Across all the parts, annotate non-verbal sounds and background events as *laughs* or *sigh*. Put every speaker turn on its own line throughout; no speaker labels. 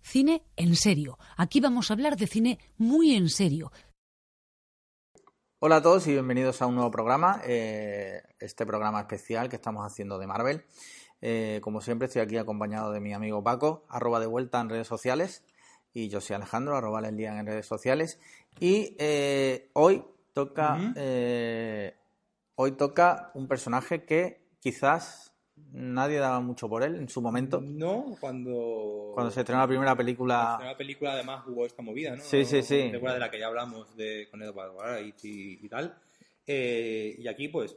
Cine en serio. Aquí vamos a hablar de cine muy en serio.
Hola a todos y bienvenidos a un nuevo programa, eh, este programa especial que estamos haciendo de Marvel. Eh, como siempre estoy aquí acompañado de mi amigo Paco, arroba de vuelta en redes sociales, y yo soy Alejandro, arroba Leslía en redes sociales. Y eh, hoy toca
Ujú.
eh, hoy toca un personaje que quizás nadie daba mucho por él en su momento.
No, cuando.
Cuando se estrenó la primera
la
película,
primera película, además hubo esta movida, ¿no?
Sí, sí, sí.
Una película de la que ya hablamos de, con Edward Wright y, y tal. Eh, y aquí, pues,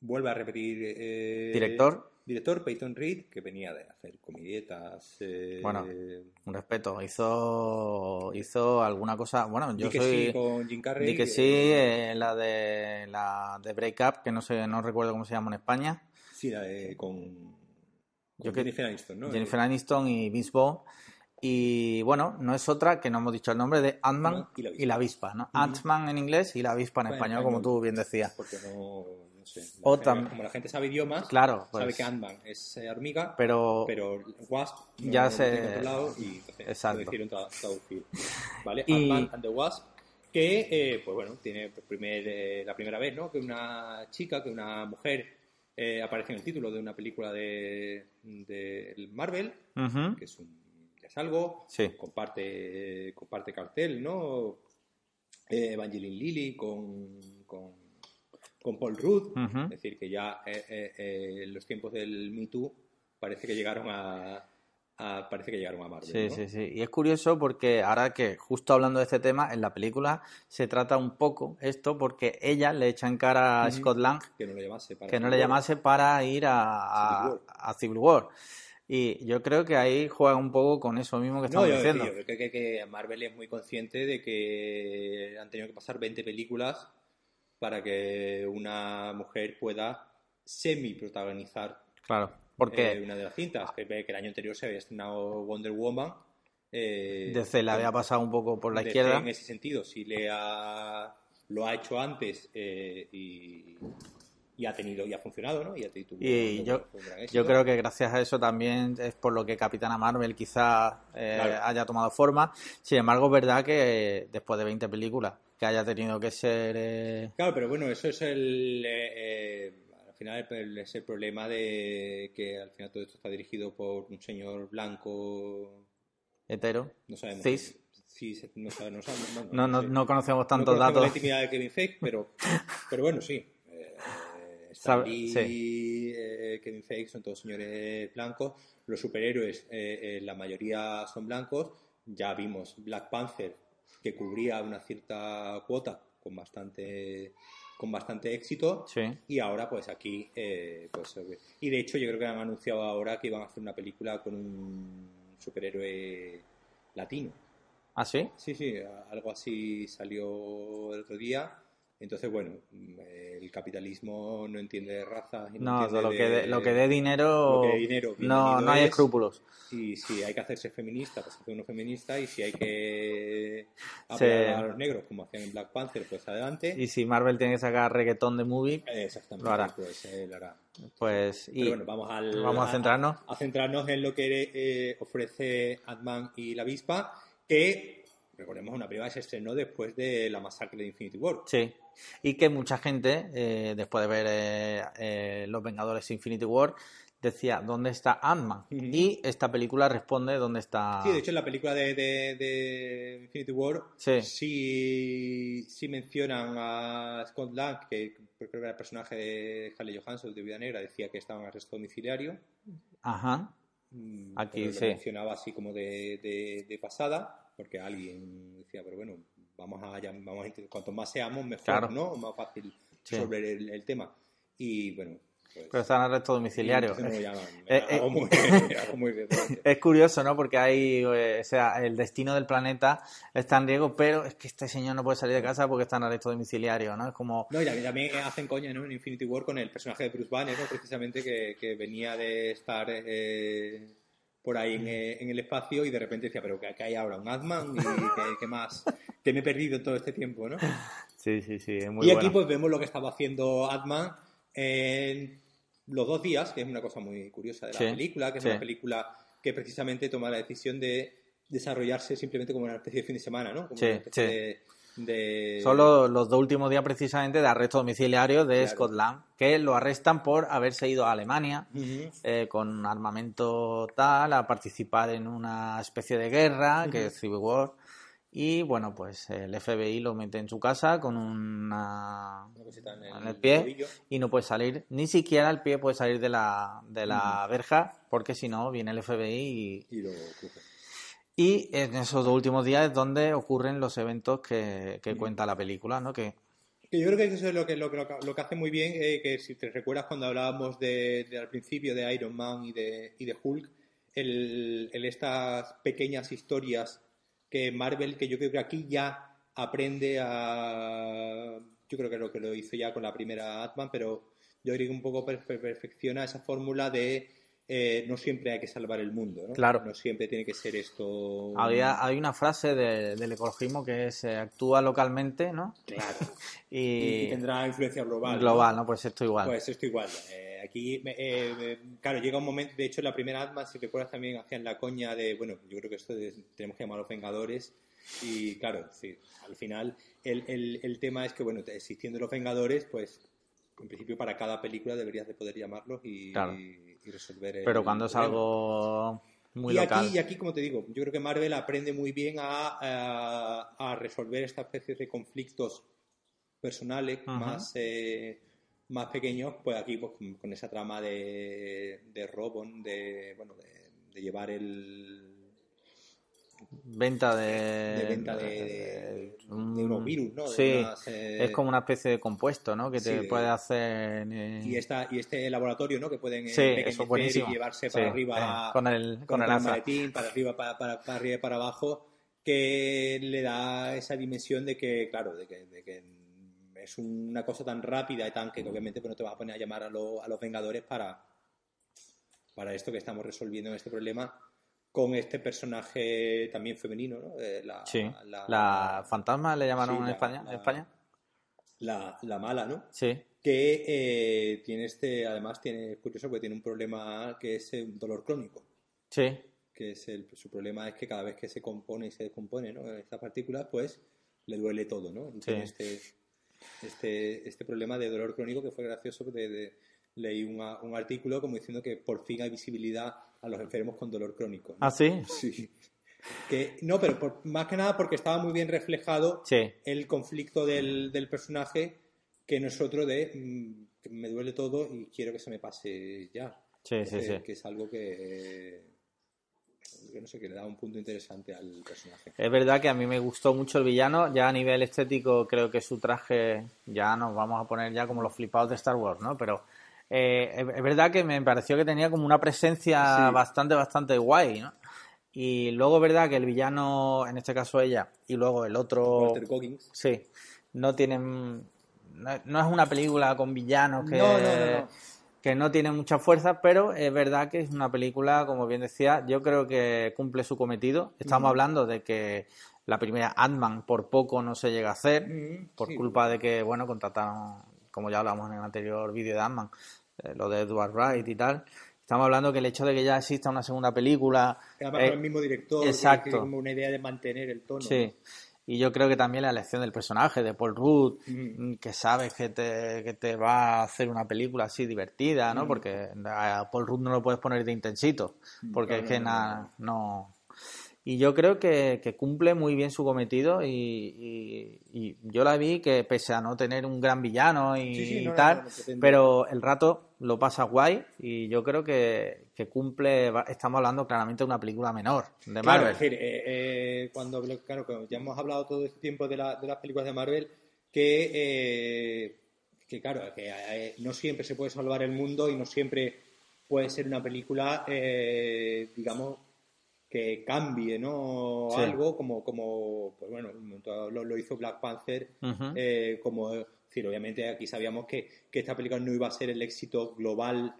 vuelve a repetir. eh,
director,
Director Peyton Reed, que venía de hacer comidietas. eh,
Bueno,
Di
un respeto, hizo hizo alguna cosa. Bueno, yo
que
soy
sí con Jim Carrey.
di que
eh,
sí, eh, la de la de Break Up, que no sé, no recuerdo cómo se llama en España.
Sí, la de- con.
Yo
con
que-
Jennifer Aniston, ¿no? eh.
Jennifer Aniston y Vince Vaughn. Y bueno, no es otra que no hemos dicho el nombre de Ant-Man
Y la avispa.
y la avispa, ¿no? Ant-Man en inglés y la avispa en
Bueno,
español, como
español.
tú bien decías.
Porque no. no sé. la
O
gente-
tam-
como la gente sabe idiomas,
Claro,
sabe
pues,
que Ant-Man es eh, hormiga.
pero,
pero Wasp no
Oh. Ya
lo
se-
tiene controlado y entonces
Exacto.
lo decidieron
*laughs*
tra- traducir. ¿Vale?
Y-
Ant-Man and the Wasp, que, eh, pues bueno, tiene por primer, eh, la primera vez, ¿no? Que una chica, que una mujer eh, aparece en el título de una película de, de Marvel,
Ujú.
que es, un, que es algo,
Sí.
comparte, comparte cartel, ¿no? Eh, Evangeline Lilly con, con, con Paul Rudd,
Ujú.
es decir, que ya eh, eh, eh, los tiempos del Me Too parece que llegaron a, a- parece que llegaron a Marvel.
Sí,
¿no?
sí, sí. Y es curioso porque ahora que justo hablando de este tema, en la película se trata un poco esto porque ella le echa en cara a
Ujú.
Scott Lang
Que no le llamase para
que no
Civil
le
War.
llamase para ir a, a-
Civil
a Civil War. Y yo creo que ahí juega un poco con eso mismo que
No,
estamos
yo,
diciendo.
yo creo que, que Marvel es muy consciente de que han tenido que pasar 20 películas para que una mujer pueda semi-protagonizar
Claro, porque
eh, una de las
Ah.
cintas. Que, que el año anterior se había estrenado Wonder Woman. eh,
DC le
con-
había pasado un poco por la
DC
izquierda.
En ese sentido, si le ha, lo ha hecho antes eh, y, y ha tenido y ha funcionado, ¿no? Y, ha tenido-
Y yo-
fue un gran éxito.
Yo creo que gracias a eso también es por lo que Capitana Marvel quizás eh,
Claro.
haya tomado forma. Sin embargo, es verdad que eh, después de 20 películas que haya tenido que ser... eh,
Claro, pero bueno, eso es el. eh, eh, al final, el- es el problema de que al final todo esto está dirigido por un señor blanco.
hetero.
No sabemos.
Cis.
Cis, no sabemos. No, sabemos, bueno,
No, no,
sé.
no conocemos
no
tantos
conocemos la
datos.
intimidad de Kevin Feige,
*laughs*
pero, pero bueno, sí. Eh, Stan
Sabe-
Lee,
sí.
eh, Kevin Feige son todos señores blancos. Los superhéroes, eh, eh, la mayoría son blancos. Ya vimos Black Panther, que cubría una cierta cuota con bastante, con bastante éxito.
Sí.
Y ahora, pues aquí, eh, pues, eh, y de hecho, yo creo que han anunciado ahora que iban a hacer una película con un superhéroe latino.
¿Ah, sí?
Sí, sí, a- algo así salió el otro día. Entonces, bueno, mm, el capitalismo no entiende de razas y no
No,
entiende
lo que dé
de-
lo que dé dinero...
lo que dé dinero,
no, no
bienvenido
hay
es.
escrúpulos.
Y si hay que hacerse feminista, pues hace uno feminista. Y si
*laughs*
hay que
Se-
apoyar a los negros, como hacían en Black Panther, pues adelante.
Y si Marvel tiene que sacar reggaetón de movie,
Eh, Exactamente,
lo hará.
pues eh, lo hará.
pues... Y
Pero bueno, vamos, al-
vamos a centrarnos.
A, centrarnos en lo que eh, ofrece Ant-Man y la avispa, que, recordemos, una película que se estrenó después de la masacre de Infinity War.
Sí, y que mucha gente, eh, después de ver eh, eh, Los Vengadores Infinity War, decía, ¿dónde está Ant-Man?
Ujú.
Y esta película responde, ¿dónde está?
Sí, de hecho en la película de, de- de Infinity War
Sí.
sí, sí mencionan a Scott Lang, que creo que era el personaje de Scarlett Johansson de Vida Negra, decía que estaba en arresto domiciliario.
Ajá,
Mm,
Aquí
pero lo
sí.
mencionaba así como de, de- de pasada, porque alguien decía, pero bueno, vamos a, llam- vamos a inter- cuanto más seamos, mejor,
Claro.
¿no? Más fácil
Sí.
resolver el, el tema. Y bueno, pues,
pero está en arresto domiciliario.
entonces no lo llaman.
*laughs* Eh, eh.
Algo *laughs* muy- algo muy relevante.
Es curioso, ¿no? Porque hay, eh, o sea, el destino del planeta está en riesgo, pero es que este señor no puede salir de casa porque está en arresto domiciliario, ¿no? Es como,
No, y también, también hacen coña ¿no? en Infinity War con el personaje de Bruce Banner, ¿no? precisamente que, que venía de estar eh, por ahí en, eh, en el espacio y de repente decía, pero ¿qué, qué hay ahora? ¿Un Ant-Man? ¿Y qué,
*laughs*
qué más? Que me he perdido todo este tiempo, ¿no?
sí, sí, sí, es muy
y aquí
bueno.
pues vemos lo que estaba haciendo Atman en los dos días, que es una cosa muy curiosa de la
Sí,
película, que es
sí.
una película que precisamente toma la decisión de desarrollarse simplemente como una especie de fin de semana, ¿no? Como
Sí,
una especie
sí.
de, de-
Son los, los dos últimos días precisamente de arresto domiciliario de
Claro.
Scott Lamb, que lo arrestan por haberse ido a Alemania
Ujú.
eh, con armamento tal, a participar en una especie de guerra, que
Ujú.
es Civil War. Y bueno, pues el FBI lo mete en su casa con una...
Una cosita en el,
en el pie
rodillo.
y no puede salir, ni siquiera el pie puede salir de la, de la verja, porque si no viene el FBI y,
y lo cruje.
y en esos dos últimos días es donde ocurren los eventos que, que
Ujú.
cuenta la película, ¿no? Que,
Que yo creo que eso es lo que, lo, que- lo que- lo que hace muy bien, eh, que si te recuerdas cuando hablábamos de, de al principio de Iron Man y de, y de Hulk, el, el estas pequeñas historias que Marvel, que yo creo que aquí ya aprende a... Yo creo que lo que lo hizo ya con la primera Atman, pero yo creo que un poco per- per- perfecciona esa fórmula de eh, no siempre hay que salvar el mundo, ¿no?
Claro.
No siempre tiene que ser esto...
Había, hay una frase de- del ecologismo que es eh, actúa localmente, ¿no?
Claro.
*laughs* Y,
Y, y tendrá influencia global. ¿no?
global, ¿no? Pues esto igual.
Pues esto igual. Eh, aquí, me- eh, eh, claro, llega un momento, de hecho, la primera Atma, si recuerdas, también hacían la coña de, bueno, yo creo que esto de- tenemos que llamar a los Vengadores. Y claro, sí, al final el, el- el tema es que, bueno, existiendo los Vengadores, pues en principio para cada película deberías de poder llamarlos y,
Claro.
y- y resolver el
Pero cuando es
problema
algo muy
eh, y
local.
Aquí, y aquí, como te digo, yo creo que Marvel aprende muy bien a, a- a resolver esta especie de conflictos personales
Ajá.
más, eh, más pequeños, pues aquí pues, con, con esa trama de, de Robon, de, bueno, de, de llevar el
Venta de.
de venta de, de-
Eh, un-
de unos virus, ¿no? De
Sí.
unas, eh,
Es como una especie de compuesto, ¿no? Que
Sí,
te
de-
puede hacer. eh,
y, esta, y este laboratorio, ¿no? Que pueden eh,
Sí, eso es
empequeñecer
buenísimo.
y llevarse
Sí,
para arriba
eh, con el, con el asa.
maletín, para arriba, para, para, para arriba y para abajo, que le da esa dimensión de que, claro, de que, de que es una cosa tan rápida y tan que obviamente pues, no te vas a poner a llamar a, lo- a los Vengadores para, para esto que estamos resolviendo este problema con este personaje también femenino, ¿no? Eh, la,
Sí.
la-
La fantasma le llamaron
Sí,
en
la-
España.
la-
en España.
la- la mala, ¿no?
Sí.
que eh, tiene este, además tiene, es curioso porque tiene un problema que es eh, un dolor crónico,
Sí.
que es el, su problema es que cada vez que se compone y se descompone, ¿no? Estas partículas, pues le duele todo, ¿no? Y
Sí.
tiene este, este, este problema de dolor crónico que fue gracioso de, de- leí una- un artículo como diciendo que por fin hay visibilidad a los enfermos con dolor crónico. ¿no?
Ah, sí.
Sí. Que, no, pero por- más que nada porque estaba muy bien reflejado
Sí.
el conflicto del, del personaje que no es otro de mm, que me duele todo y quiero que se me pase ya.
Sí, sí,
Eh,
sí.
Que es algo que, eh, que no sé, que le da un punto interesante al personaje.
Es verdad que a mí me gustó mucho el villano, ya a nivel estético creo que su traje ya nos vamos a poner ya como los flipados de Star Wars, ¿no? Pero eh, es es verdad que me pareció que tenía como una presencia
Sí.
bastante, bastante guay, ¿no? Y luego es verdad que el villano, en este caso ella, y luego el otro,
Walter Goggins.
sí, no tienen, no, no es una película con villanos que
No, no, no, no.
que no tiene mucha fuerza, pero es verdad que es una película, como bien decía, yo creo que cumple su cometido. Estamos
Ujú.
hablando de que la primera Ant-Man por poco no se llega a hacer,
Mm,
por
sí.
culpa de que, bueno, contrataron, como ya hablamos en el anterior vídeo de Ant-Man, eh, lo de Edward Wright y tal. Estamos hablando que el hecho de que ya exista una segunda película...
Además,
eh,
con el mismo director, que-
exacto.
que como una idea de mantener el tono.
Sí, y yo creo que también la elección del personaje de Paul Rudd,
Mm.
mm, que sabes que te, que te va a hacer una película así divertida, ¿no?
Mm.
Porque a Paul Rudd no lo puedes poner de intensito,
Mm,
porque
claro,
es que
no, no,
nada, no, Y yo creo que, que cumple muy bien su cometido y, y- y yo la vi que pese a no tener un gran villano y,
Sí, sí, no, no,
tal,
no, no pretende.
pero el rato lo pasa guay y yo creo que, que cumple, va- estamos hablando claramente de una película menor de
Claro,
Marvel.
es decir, eh, eh, cuando, claro, que ya hemos hablado todo este tiempo de, la- de las películas de Marvel, que, eh, que claro, que eh, no siempre se puede salvar el mundo y no siempre puede ser una película, eh, digamos, que cambie, ¿no?
Sí.
Algo como, como pues bueno, lo, lo hizo Black Panther,
Ujú.
eh, como, es decir, obviamente aquí sabíamos que, que esta película no iba a ser el éxito global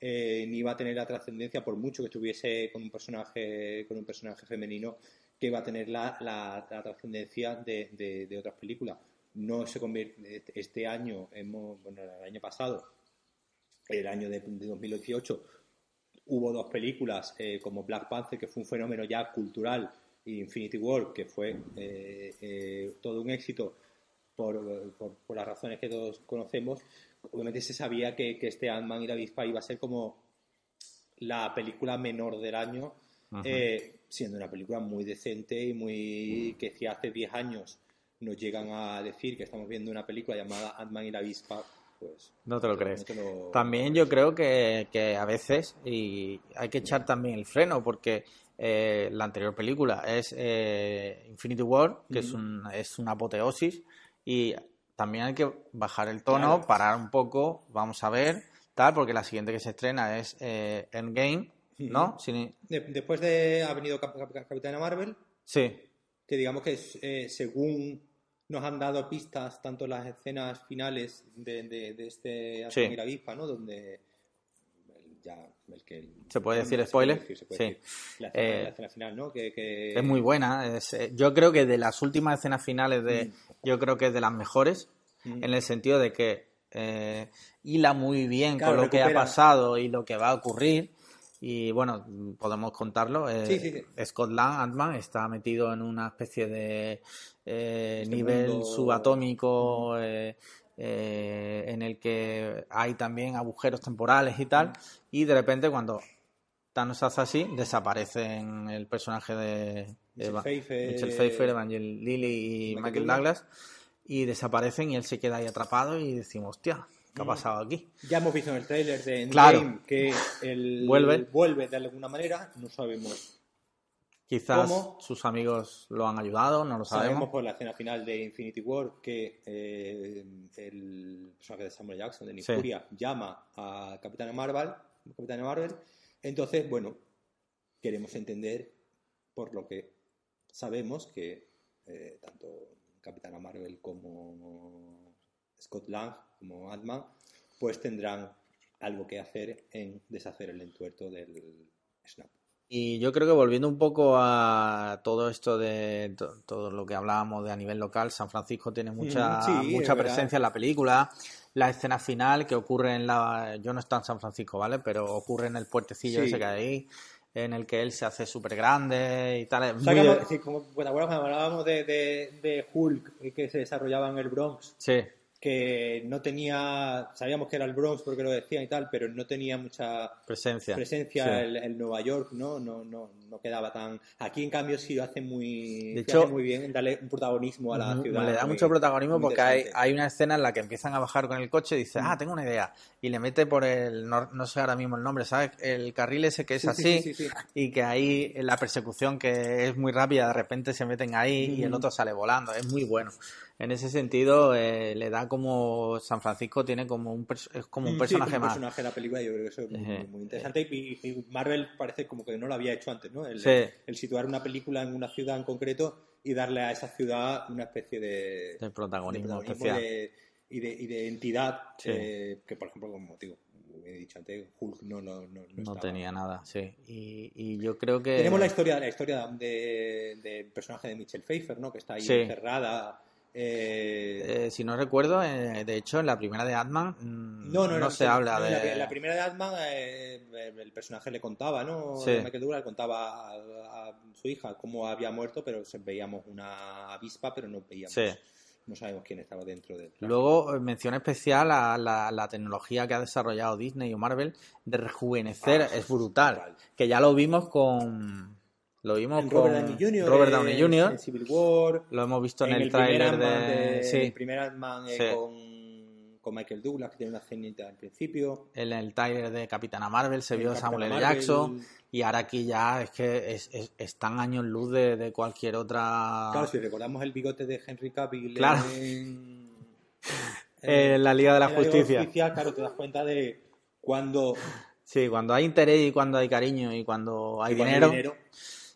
eh, ni iba a tener la trascendencia por mucho que estuviese con un personaje con un personaje femenino que iba a tener la, la- la trascendencia de, de- de otras películas no se convierte este año hemos bueno el año pasado el año de, de 2018 hubo dos películas eh, como Black Panther que fue un fenómeno ya cultural y Infinity War, que fue eh, eh, todo un éxito por, por, por, las razones que todos conocemos, obviamente se sabía que, que este Ant-Man y la avispa iba a ser como la película menor del año, eh, siendo una película muy decente y muy que si hace 10 años nos llegan a decir que estamos viendo una película llamada Ant-Man y la avispa, pues,
no te lo crees. No te lo... También yo creo que, que, a veces y hay que echar también el freno porque eh, la anterior película es eh, Infinity War, que mm -hmm. es, un, es una apoteosis y también hay que bajar el tono, claro. parar un poco, vamos a ver, tal, porque la siguiente que se estrena es eh, Endgame, mm -hmm. ¿no? Sin...
De, después de ha venido Cap Cap Capitana Marvel.
Sí.
Que digamos que eh, según nos han dado pistas tanto las escenas finales de, de, de este sí. y la avispa, ¿no? Donde ya el que
se puede decir no, spoiler.
Se puede decir, se puede sí. decir. La, escena, eh, la, escena, final, ¿no? Que, que...
Es muy buena. Es, eh, yo creo que de las últimas escenas finales de, mm. yo creo que es de las mejores, mm. en el sentido de que eh, hila muy bien claro, con lo recupera. que ha pasado y lo que va a ocurrir. Y bueno, podemos contarlo. Eh, sí, sí, sí. Scott Lang, Ant-Man, está metido en una especie de eh, este nivel mundo... subatómico eh, en el que hay también agujeros temporales y tal. Y de repente, cuando Thanos hace así, desaparecen el personaje de
Michelle Pfeiffer,
Michelle Pfeiffer Evangel Lilly y Michael, Michael Douglas. Y desaparecen y él se queda ahí atrapado y decimos, hostia, ¿Qué ha pasado aquí?
Ya hemos visto en el tráiler de Endgame claro. que él vuelve. El vuelve de alguna manera, no sabemos.
Quizás cómo. sus amigos lo han ayudado, no lo sabemos.
Sabemos por la escena final de Infinity War que eh, el personaje de Samuel Jackson, de Nifuria, sí. llama a Capitana Marvel, Capitana Marvel. Entonces, bueno, queremos entender por lo que sabemos que eh, tanto Capitana Marvel como Scott Lang como Ant-Man, pues tendrán algo que hacer en deshacer el entuerto del Snap.
Y yo creo que volviendo un poco a todo esto de to, todo lo que hablábamos de a nivel local, San Francisco tiene mucha, sí, mucha presencia en la película. La escena final que ocurre en la. Yo no está en San Francisco, ¿vale? Pero ocurre en el puertecillo sí. ese que hay ahí en el que él se hace súper grande y tal.
O sea, muy... que, sí, como, bueno, bueno, hablábamos de, de, de Hulk que se desarrollaba en el Bronx.
Sí
que no tenía, sabíamos que era el Bronx porque lo decían y tal, pero no tenía mucha
presencia,
presencia sí. el, el, Nueva York, ¿no? No, no, no quedaba tan... Aquí en cambio sí lo hace muy,
de hecho,
muy bien, darle un protagonismo a la ciudad.
Le da
muy,
mucho protagonismo porque hay, hay, una escena en la que empiezan a bajar con el coche y dice, ah, tengo una idea, y le mete por el, no, no sé ahora mismo el nombre, ¿sabes? El carril ese que es sí, así sí, y que ahí la persecución que es muy rápida, de repente se meten ahí mm. y el otro sale volando, es muy bueno. En ese sentido, eh, le da como San Francisco tiene como un es como un personaje Mm, sí, como
más. Un personaje de la película, yo creo que eso es muy, muy, muy interesante. Y, y, Marvel parece como que no lo había hecho antes, ¿no? El,
sí.
el, situar una película en una ciudad en concreto y darle a esa ciudad una especie de,
de protagonismo, de protagonismo
de, y, de, y de entidad sí. eh, que, por ejemplo, como digo, he dicho antes, Hulk no, no, no,
no tenía nada, sí. Y, y, yo creo que.
Tenemos la historia, la historia del personaje de Michelle Pfeiffer, ¿no? Que está ahí encerrada.
Eh, eh, si no recuerdo, eh, de hecho, en la primera de Atman mmm, no, no, no, se
la,
habla
no,
de.
En la, en la, primera de Atman el personaje le contaba, ¿no?
Sí.
Michael Douglas contaba a, a, su hija cómo había muerto, pero veíamos una avispa, pero no veíamos.
Sí.
No sabemos quién estaba dentro de él.
Luego, eh, mención especial a la, la, tecnología que ha desarrollado Disney o Marvel de rejuvenecer. Ah, es brutal. brutal. Que ya lo vimos con. Lo vimos
Robert con Downey eh, Jr.,
Robert Downey Jr.
En, en Civil War.
Lo hemos visto en, en el, tráiler de...
de... Sí. el primer Ant-Man eh,
sí.
con, con, Michael Douglas, que tiene una escenita al principio. eh,
En el tráiler de Capitana Marvel se el vio Capitana Samuel L. Jackson. Y ahora aquí ya es que es, es, están años luz de, de, cualquier otra...
Claro, si recordamos el bigote de Henry Cavill
Ah. claro.
en...
eh, la Liga de la,
en
Justicia.
La Justicia. Claro, te das cuenta de cuando...
Sí, cuando hay interés y cuando hay cariño y cuando hay y dinero,
cuando hay dinero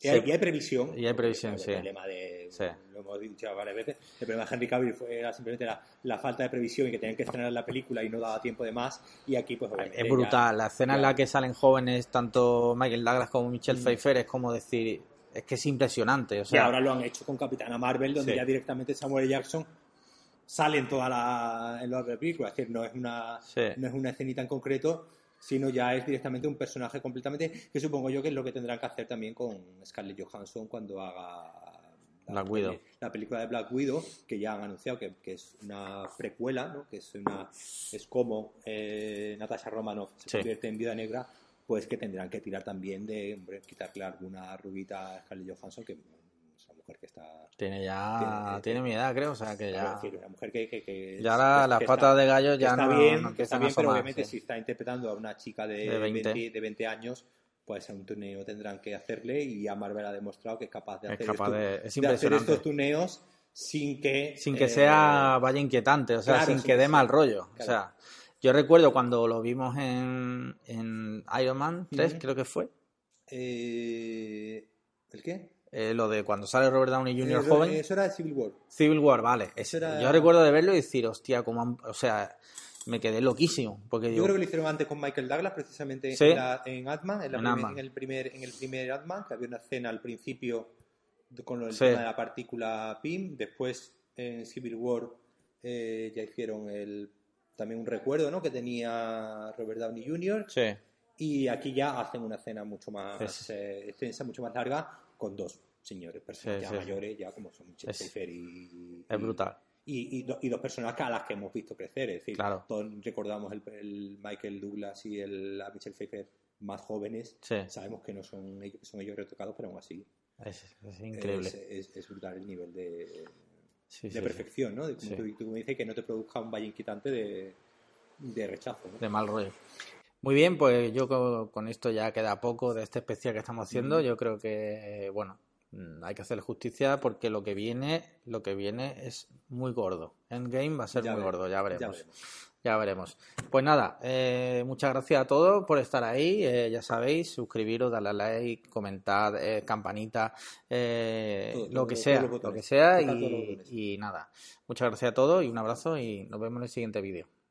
y, hay, sí. y hay, previsión.
Y hay previsión, sí.
El problema de,
sí.
lo hemos dicho varias veces, el problema de Henry Cavill fue, era simplemente la, la, falta de previsión y que tenían que estrenar la película y no daba tiempo de más. Y aquí, pues,
Es brutal. Ya, la escena ya. en la que salen jóvenes, tanto Michael Douglas como Michelle mm. Pfeiffer, es como decir, es que es impresionante. O sea,
y ahora lo han hecho con Capitana Marvel, donde sí. ya directamente Samuel Jackson sale en toda la, en la película. Es decir, no es una, no es una escenita en concreto sino ya es directamente un personaje completamente que supongo yo que es lo que tendrán que hacer también con Scarlett Johansson cuando haga
Black Widow.
la película de Black Widow, que ya han anunciado que, que es una precuela, ¿no? que es una es como eh, Natasha Romanoff se
Sí.
convierte en Viuda Negra, pues que tendrán que tirar también de, hombre, quitarle alguna rubita a Scarlett Johansson, que mm, es una mujer que está...
Tiene ya.
Tiene- eh,
Tiene mi edad, creo. O sea que
Claro,
ya.
es decir, una mujer que... que- que-
Ya ahora
que
las
está-
patas de gallo
que
ya
está
no,
bien,
no
que
empiezan
está
a
bien, pero
asomar,
obviamente
sí.
si está interpretando a una chica de,
De 20.
20. de 20 años, pues a un tuneo tendrán que hacerle y a Marvel ha demostrado que es capaz de
Es
hacer,
capaz
esto-
de- es
de hacer
impresionante.
estos tuneos sin que
Sin que
eh,
sea vaya inquietante, o sea,
claro,
sin
sin
que
que
dé
sea-
mal rollo. O
claro.
sea, yo recuerdo cuando lo vimos en, en Iron Man 3,
Ujú.
creo que fue,
eh, ¿el qué?
eh, lo de cuando sale Robert Downey Jr.
Eh,
joven.
Eso era Civil War.
Civil War, vale. Ese-
Eso era-
Yo recuerdo de verlo y decir, hostia, como han- o sea, me quedé loquísimo. Porque
Yo
digo,
creo que lo hicieron antes con Michael Douglas, precisamente
Sí.
en, la- en Ant-Man, en, la
En
primer-
Ant-Man.
en el primer, en el primer Ant-Man, que había una escena al principio de- con el
Sí.
tema de la partícula PIM, después en Civil War eh, ya hicieron el también un recuerdo ¿no? que tenía Robert Downey Jr.
Sí,
y aquí ya hacen una escena mucho más
Sí,
eh, extensa, mucho más larga, con dos señores, personas
Sí,
ya
sí.
mayores, ya como son Michelle
Es-
Pfeiffer y,
es
y-
brutal.
y, y, do- y dos personas a las que hemos visto crecer. Es decir,
Claro.
todos recordamos el, el Michael Douglas y el a Michelle Pfeiffer más jóvenes.
Sí,
Sabemos que no son ellos, que son ellos retocados, pero aún así
es, es increíble.
es, es- es brutal el nivel de,
Sí, sí,
de
sí.
perfección, ¿no? De, como
Sí.
tú, tú me dices, que no te produzca un valle inquietante de, de rechazo. ¿no?
de mal rollo. Muy bien, pues yo co- con esto ya queda poco de este especial que estamos haciendo.
Ujú.
Yo creo que, eh, bueno, mm, hay que hacer justicia porque lo que viene, lo que viene es muy gordo. Endgame va a ser
Ya
muy
veremos,
gordo, ya
ya
veremos.
veremos.
Ya veremos. Pues nada, eh, muchas gracias a todos por estar ahí. Eh, ya sabéis, suscribiros, darle a like, comentad, eh, campanita, eh,
Todo,
lo
todo,
que
todos
sea,
los
lo que
botones.
sea
Tocar todos los
y,
botones.
y nada. Muchas gracias a todos y un abrazo y nos vemos en el siguiente vídeo.